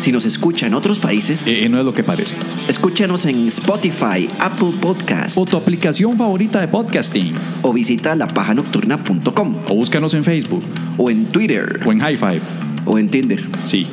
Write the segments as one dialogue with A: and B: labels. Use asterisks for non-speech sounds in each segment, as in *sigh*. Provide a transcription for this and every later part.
A: Si nos escucha en otros países,
B: Eh, no es lo que parece.
A: escúchanos en Spotify, Apple Podcast
B: O tu aplicación favorita de podcasting.
A: o visita lapajanocturna.com
B: O búscanos en Facebook.
A: o en Twitter
B: O en High Five.
A: o en Tinder.
B: Sí.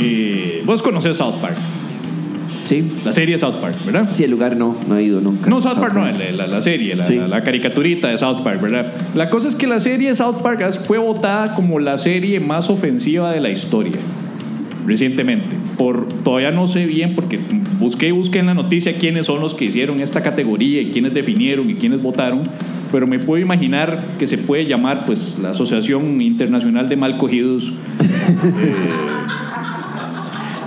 B: Eh, Vos conocés South Park.
A: Sí.
B: La serie South Park, ¿verdad?
A: Sí, el lugar no, no he ido nunca.
B: No, South Park no, la, la- la serie, la,
A: Sí.
B: la- la caricaturita de South Park, ¿verdad? La cosa es que la serie South Park as- fue votada como la serie más ofensiva de la historia recientemente. Por, todavía no sé bien porque busqué y busqué en la noticia quiénes son los que hicieron esta categoría y quiénes definieron y quiénes votaron, pero me puedo imaginar que se puede llamar pues la Asociación Internacional de Mal Cogidos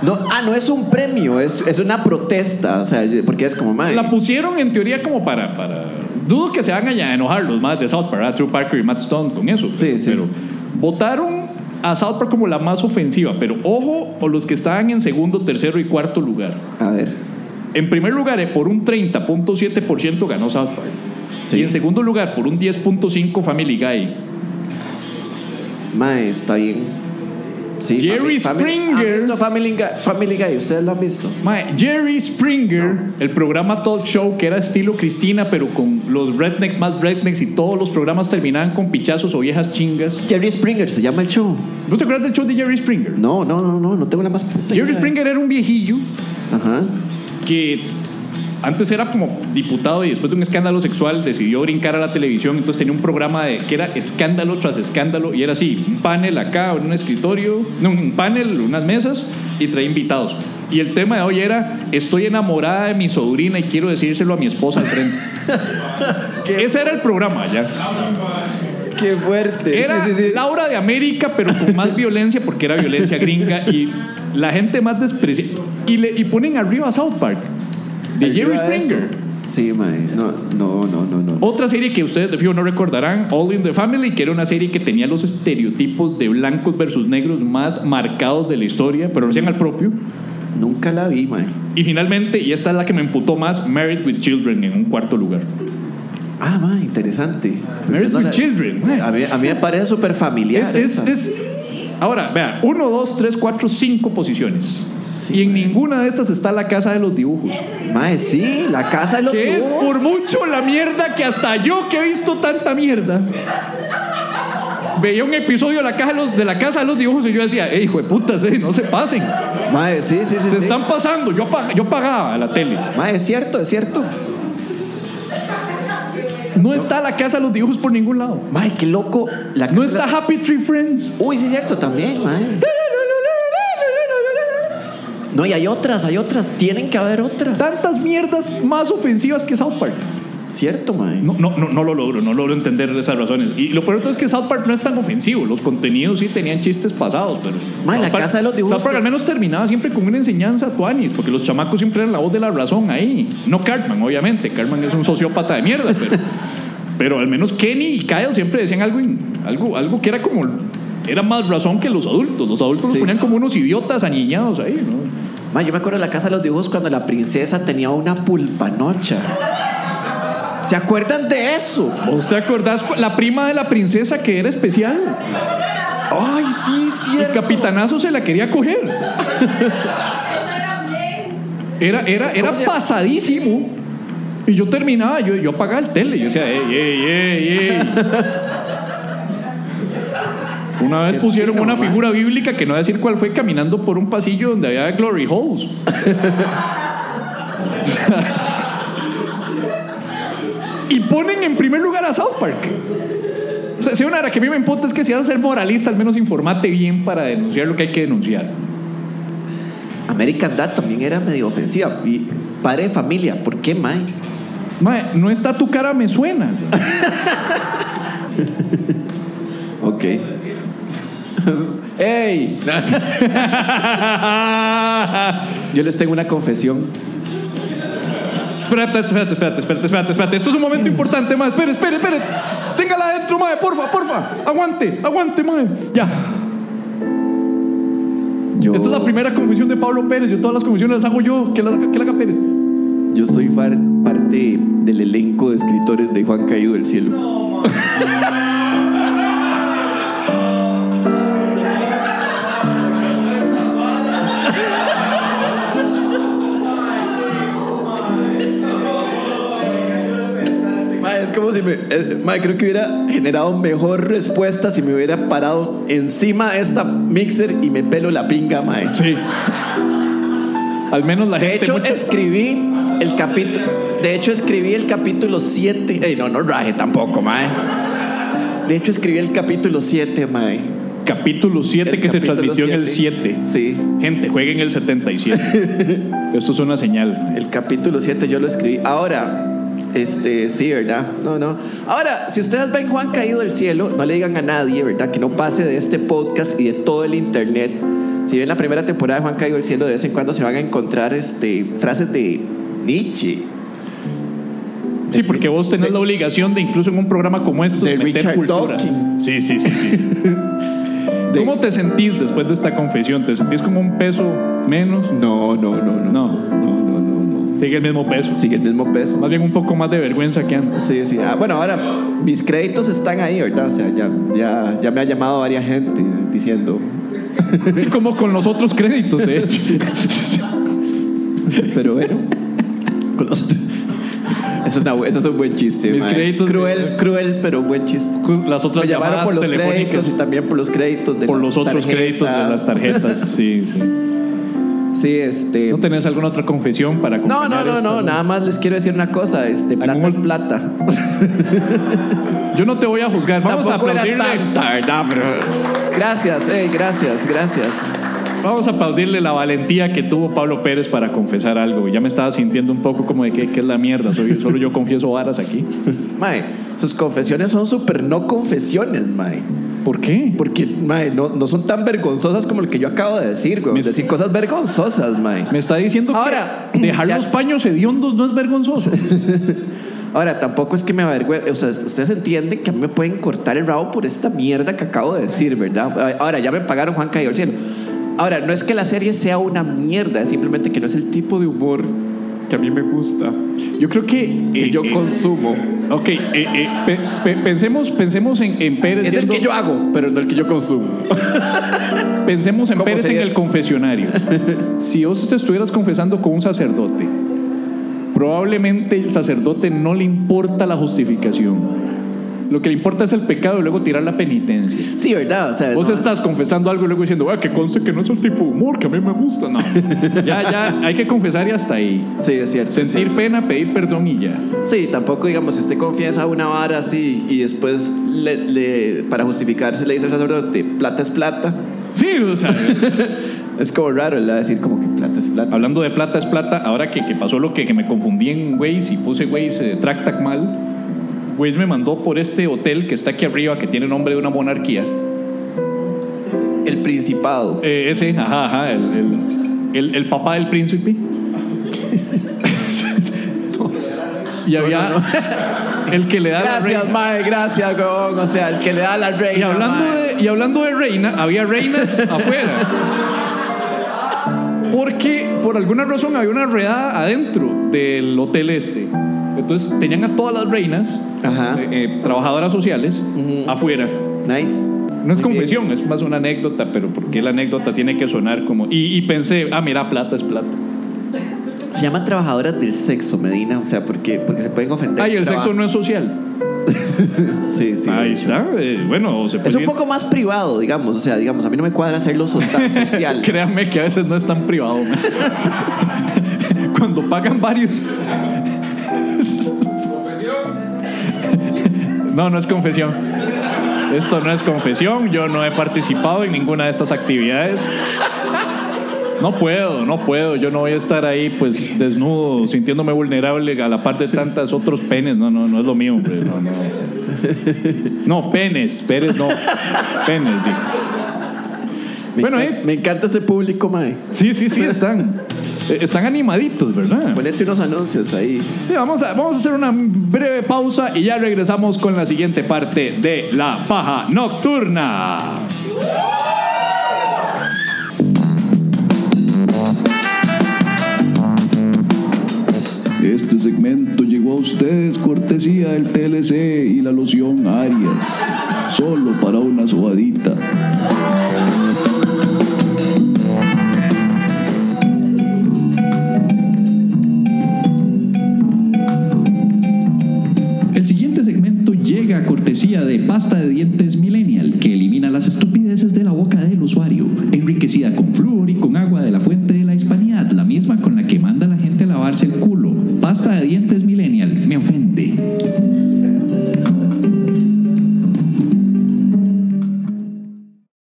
C: No, ah, no es un premio, es, es una protesta. O sea, porque es como, madre.
B: La pusieron en teoría como para, para... Dudo que se van a enojar los más de South Park, ¿verdad? Drew Parker y Matt Stone con eso.
C: Sí,
B: pero,
C: sí.
B: pero votaron a South Park como la más ofensiva, pero ojo por los que estaban en segundo, tercero y cuarto lugar.
C: A ver.
B: En primer lugar, eh, por un 30.7% ganó South Park.
C: Sí.
B: Y en segundo lugar, por un 10.5% Family Guy.
C: Mae, está bien. Sí,
B: Jerry
C: fami- fami-
B: Springer.
C: ¿Han visto Family Guy? Family Guy, ¿ustedes lo han visto?
B: Mae, Jerry Springer, el programa talk show que era estilo Cristina, pero con los rednecks más rednecks y todos los programas terminaban con pichazos o viejas chingas.
C: Jerry Springer se llama el show.
B: ¿No se acuerdan del show de Jerry Springer?
C: No, no, no, no, no tengo la más puta.
B: Jerry
C: idea.
B: Springer era un viejillo
C: Ajá.
B: que antes era como diputado y después de un escándalo sexual decidió brincar a la televisión, entonces tenía un programa de, que era escándalo tras escándalo y era así, un panel acá, en un escritorio, no, un panel, unas mesas y traía invitados. Y el tema de hoy era, estoy enamorada de mi sobrina y quiero decírselo a mi esposa
C: *laughs*
B: al frente. Ese era el programa ya.
C: Qué fuerte. Sí,
B: Era
C: sí, sí.
B: Laura de América, pero con más violencia porque era violencia gringa y la gente más desprecia. Y, le, y ponen arriba a South Park de
C: Arriba
B: Jerry
C: de
B: Springer.
C: eso. Sí, mae. No, no, no, no, no.
B: Otra serie que ustedes de fijo no recordarán, All in the Family, que era una serie que tenía los estereotipos de blancos versus negros más marcados de la historia, pero lo hacían al propio.
C: Nunca la vi, mae.
B: Y finalmente, y esta es la que me emputó más, Married with Children en un cuarto lugar.
C: Ah, mae, interesante.
B: Married
C: Yo no
B: with
C: la-
B: Children, mae.
C: A mí, a mí me parece súper familiar.
B: Es, es-
C: esa.
B: es- Ahora, vea, 1, 2, 3, 4, 5 posiciones. y en ninguna de estas está la casa de los dibujos.
C: Mae, sí, la casa de los
B: Que es
C: dibujos.
B: por mucho la mierda que hasta yo que he visto tanta mierda. Veía un episodio de la, caja de, los- de la casa de los dibujos y yo decía, "Ey, hijo de putas, eh, no se pasen.
C: Mae, sí, sí, sí. sí.
B: Se están pasando. Yo, pa- yo pagaba la tele.
C: Mae, es cierto, es cierto.
B: No está la casa de los dibujos por ningún lado.
C: Mae, qué loco. La
B: No
C: casa-
B: está Happy Tree Friends.
C: Uy, sí, es cierto, también, mae. No, y hay otras, hay otras. Tienen que haber otras.
B: Tantas mierdas más ofensivas que South Park.
C: Cierto, mae.
B: No, no, no, no lo logro, no logro entender esas razones. Y lo peor de todo es que South Park no es tan ofensivo. Los contenidos sí tenían chistes pasados, pero.
C: Ma,
B: South
C: la
B: Park-
C: Casa de los Dibujos
B: South Park
C: te-
B: al menos terminaba siempre con una enseñanza a Tuanis, porque los chamacos siempre eran la voz de la razón ahí. No Cartman, obviamente. Cartman es un sociópata de mierda, pero. pero al menos Kenny y Kyle siempre decían algo, in- algo, algo que era como. Era más razón que los adultos. Los adultos los
C: Sí.
B: ponían como unos idiotas aniñados ahí, ¿no?
C: Mae, yo me acuerdo de la casa de los dibujos cuando la princesa tenía una pulpanocha. ¿Se acuerdan de eso?
B: ¿Vos te acordás cu- la prima de la princesa que era especial?
C: Ay, sí,
B: El
C: cierto.
B: capitanazo se la quería coger. Era, era, era pasadísimo. Y yo terminaba, yo, yo apagaba el tele. Yo decía, ey, ey, ey, ey. Una vez pusieron
C: fino,
B: una
C: man.
B: figura bíblica que no voy a decir cuál fue caminando por un pasillo donde había glory
C: *laughs*
B: holes. y ponen en primer lugar a South Park. O sea, si una de las que a mí me importa es que si vas a ser moralista, al menos informate bien para denunciar lo que hay que denunciar.
C: American Dad también era medio ofensiva. Y padre de familia, ¿por qué, mae?
B: Mae, no está tu cara, me suena.
C: Ok. *laughs* ¡Ey! *laughs* Yo les tengo una confesión.
B: espérate, espérate, espérate, espérate, espérate, espérate. Esto es un momento importante, mae. Espere, espere, espere. Téngala adentro, mae, porfa, porfa. Aguante, aguante, mae. Ya.
D: Yo,
B: Esta es la primera confesión de Pablo Pérez. Yo todas las confesiones las hago yo. Que la, que la haga Pérez.
D: yo soy far- parte del elenco de escritores de Juan Caído del Cielo. Mae, Es como si me. eh, mae, creo que hubiera generado mejor respuesta si me hubiera parado encima de esta mixer y me pelo la pinga, mae.
B: Sí. Al menos la
C: De
B: gente.
C: hecho,
B: mucha-
C: escribí el capítulo. De hecho, escribí el capítulo 7. Ey, no, no raje tampoco, mae. De hecho, escribí el capítulo 7, mae.
B: Capítulo 7
D: El
B: que se
D: capítulo
B: transmitió en el 7.
D: siete. Sí.
B: Gente, jueguen
D: *laughs*
B: el 77. Esto es una señal. mae.
D: El capítulo 7 yo lo escribí. Ahora, este, sí, ¿verdad? No, no.
C: Ahora, si ustedes ven Juan caído del cielo, no le digan a nadie, ¿verdad? Que no pase de este podcast y de todo el internet. Si ven la primera temporada de Juan caído del cielo, de vez en cuando se van a encontrar este, frases de Nietzsche.
B: Sí, porque vos tenés la obligación de incluso en un programa como este
D: de Richard Dawkins.
B: Sí, sí, sí,
D: *laughs*
B: sí. ¿Cómo te sentís después de esta confesión? ¿Te sentís como un peso menos?
D: No, no, no, no.
B: No.
D: no, no, no. no.
B: Sigue el mismo peso.
D: Sigue el mismo peso.
B: Más bien un poco más de vergüenza que antes.
D: Sí, sí. Ah, bueno, ahora mis créditos están ahí, ¿verdad? O sea, ya, ya, ya me ha llamado varias gente diciendo, *laughs*
B: Así como con los otros créditos, de hecho.
D: pero bueno. con los- Eso es, una bu- eso es un buen chiste.
B: Mis
D: mae.
B: créditos-
D: Cruel, cruel, pero un buen chiste.
B: Con Las otras
D: Me llamaron
B: llamadas
D: por los créditos
B: telefónicas.
D: y también por los créditos de
B: Por
D: las
B: los otros
D: tarjetas.
B: créditos de las tarjetas. Sí, sí.
D: Sí, este.
B: ¿No tenés alguna otra confesión para
C: No, no,
B: acompañar
C: no,
B: esta?
C: no, nada más les quiero decir una cosa, este, plata
B: Algún-
C: es plata.
B: Yo no te voy a juzgar. Vamos a
C: Tampoco era
B: aplaudirle.
C: tanta, ¿verdad? Pero- Gracias, eh, gracias, gracias.
B: Vamos a aplaudirle la valentía que tuvo Pablo Pérez para confesar algo. Ya me estaba sintiendo un poco como de que, que es la mierda. Soy- solo yo confieso varas aquí.
D: Mae, sus confesiones son súper no confesiones, Mae.
B: ¿Por qué?
D: Porque, Mae, no, no son tan vergonzosas como lo que yo acabo de decir, güey.
B: Mis-
D: Decir cosas vergonzosas, Mae.
B: Me está diciendo
C: Ahora,
B: que dejar
C: ya-
B: los paños hediondos no es vergonzoso.
C: Ahora, tampoco es que me avergüence, o sea, ustedes entienden que a mí me pueden cortar el rabo por esta mierda que acabo de decir, ¿verdad? Ahora, ya me pagaron Juan Cayo al cielo. Ahora, no es que la serie sea una mierda, es simplemente que no es el tipo de humor que a mí me gusta.
B: Yo creo que. eh,
D: Que yo
B: eh,
D: consumo.
B: Ok, eh, eh, pe- pe- pensemos, pensemos en, en Pérez.
D: Es el
B: yendo-
D: que yo hago, pero no el que yo consumo.
B: Pensemos en
D: ¿Cómo
B: Pérez
D: sería?
B: en el confesionario.
C: *laughs*
B: si vos te estuvieras confesando con un sacerdote, probablemente el sacerdote no le importa la justificación. Lo que le importa es el pecado y luego tirar la penitencia.
C: Sí, ¿verdad? O sea,
B: Vos
C: no-
B: estás confesando algo y luego diciendo, "Ah, que conste que no es el tipo de humor que a mí me gusta. No. ya, ya, hay que confesar y hasta ahí.
C: Sí, es cierto.
B: Sentir pena, pedir perdón y ya.
C: Sí, tampoco digamos, si usted confiesa una vara así y después le- le- para justificarse le dice al sacerdote, plata es plata,
B: Sí, o sea,
D: Es como raro, ¿verdad? Decir como que plata es plata.
B: hablando de plata es plata, ahora que, que pasó lo que, que me confundí en Waze y puse Waze eh, track tac mal, Waze me mandó por este hotel que está aquí arriba, que tiene nombre de una monarquía.
C: el principado.
B: Eh, ese, ajá, ajá, el, el- el- el papá del príncipe. *laughs* y había *laughs* el que le da la
C: Gracias,
B: reina.
C: Mae, gracias, weón. O sea, el que le da la reina.
B: Y hablando,
C: mae.
B: de, y hablando de reina, había
C: *laughs*
B: reinas afuera. Porque por alguna razón había una redada adentro del hotel este. Entonces tenían a todas las reinas,
C: Ajá.
B: eh, eh, trabajadoras sociales, afuera.
C: Nice.
B: No es confesión, es más una anécdota, pero porque la anécdota tiene que sonar como... Y, y pensé, ah, mira, plata es plata.
C: Se llaman trabajadoras del sexo, Medina. O sea, porque, porque se pueden ofender.
B: Ay, el
C: Traba-
B: sexo no es social.
C: Sí, sí.
B: Ahí está. eh, bueno, o se
C: Es un
B: podría-
C: poco más privado, digamos. O sea, digamos, a mí no me cuadra hacerlo so-
B: *laughs*
C: tan social.
B: Créanme que a veces no es tan privado. man. *laughs* Cuando pagan varios. *laughs* No, no es confesión. Esto no es confesión. Yo no he participado en ninguna de estas actividades. No puedo, no puedo. Yo no voy a estar ahí, pues, desnudo, sintiéndome vulnerable a la par de tantas otros penes. No, no, no es lo mío, hombre. No, no. No, penes. Pérez, no. Penes, digo.
D: Me
B: Bueno,
D: encanta-
B: eh.
D: me encanta este público, Mae.
E: *laughs*
B: Sí, sí, sí, están. Eh, Están animaditos, ¿verdad?
D: Ponete unos anuncios ahí.
B: Sí, vamos, a, vamos a hacer una breve pausa y ya regresamos con la siguiente parte de La Paja Nocturna.
E: Este segmento llegó a ustedes cortesía del TLC y la loción Arias, solo para una sobadita. El siguiente segmento llega a cortesía de pasta de dientes Millennial, que elimina las estupideces de la boca del usuario, enriquecida con flúor y con agua de la fuente de la hispanidad, la misma con la que manda la gente a lavarse el culo. Pasta de dientes